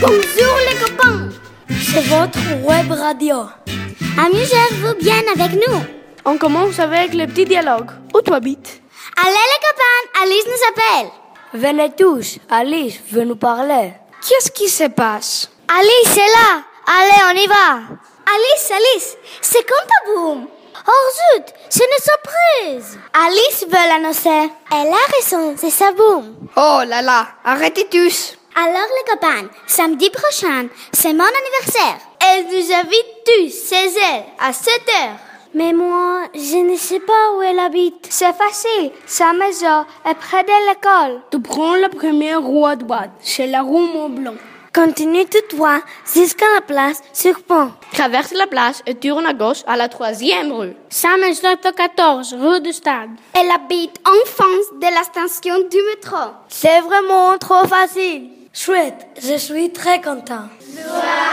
Bonjour les copains C'est votre web radio. Amusez-vous bien avec nous On commence avec le petit dialogue. Où tu habites Allez les copains, Alice nous appelle Venez tous, Alice veut nous parler. Qu'est-ce qui se passe Alice est là Allez, on y va Alice, Alice, c'est comme ta boum Oh zut, c'est une surprise Alice veut l'annoncer. Elle a raison, c'est sa boum Oh là là, arrêtez tous Alors les copains, samedi prochain, c'est mon anniversaire. Elle vous invite tous chez elle à 7 heures. Mais moi, je ne sais pas où elle habite. C'est facile, sa maison est près de l'école. Tu prends la première roue à droite, c'est la roue Mont-Blanc. Continue tout droit jusqu'à la place sur pont. Traverse la place et tourne à gauche à la troisième rue. Sa maison est au 14, rue du Stade. Elle habite en face de la station du métro. C'est vraiment trop facile. Chouette, je suis très content. Wow.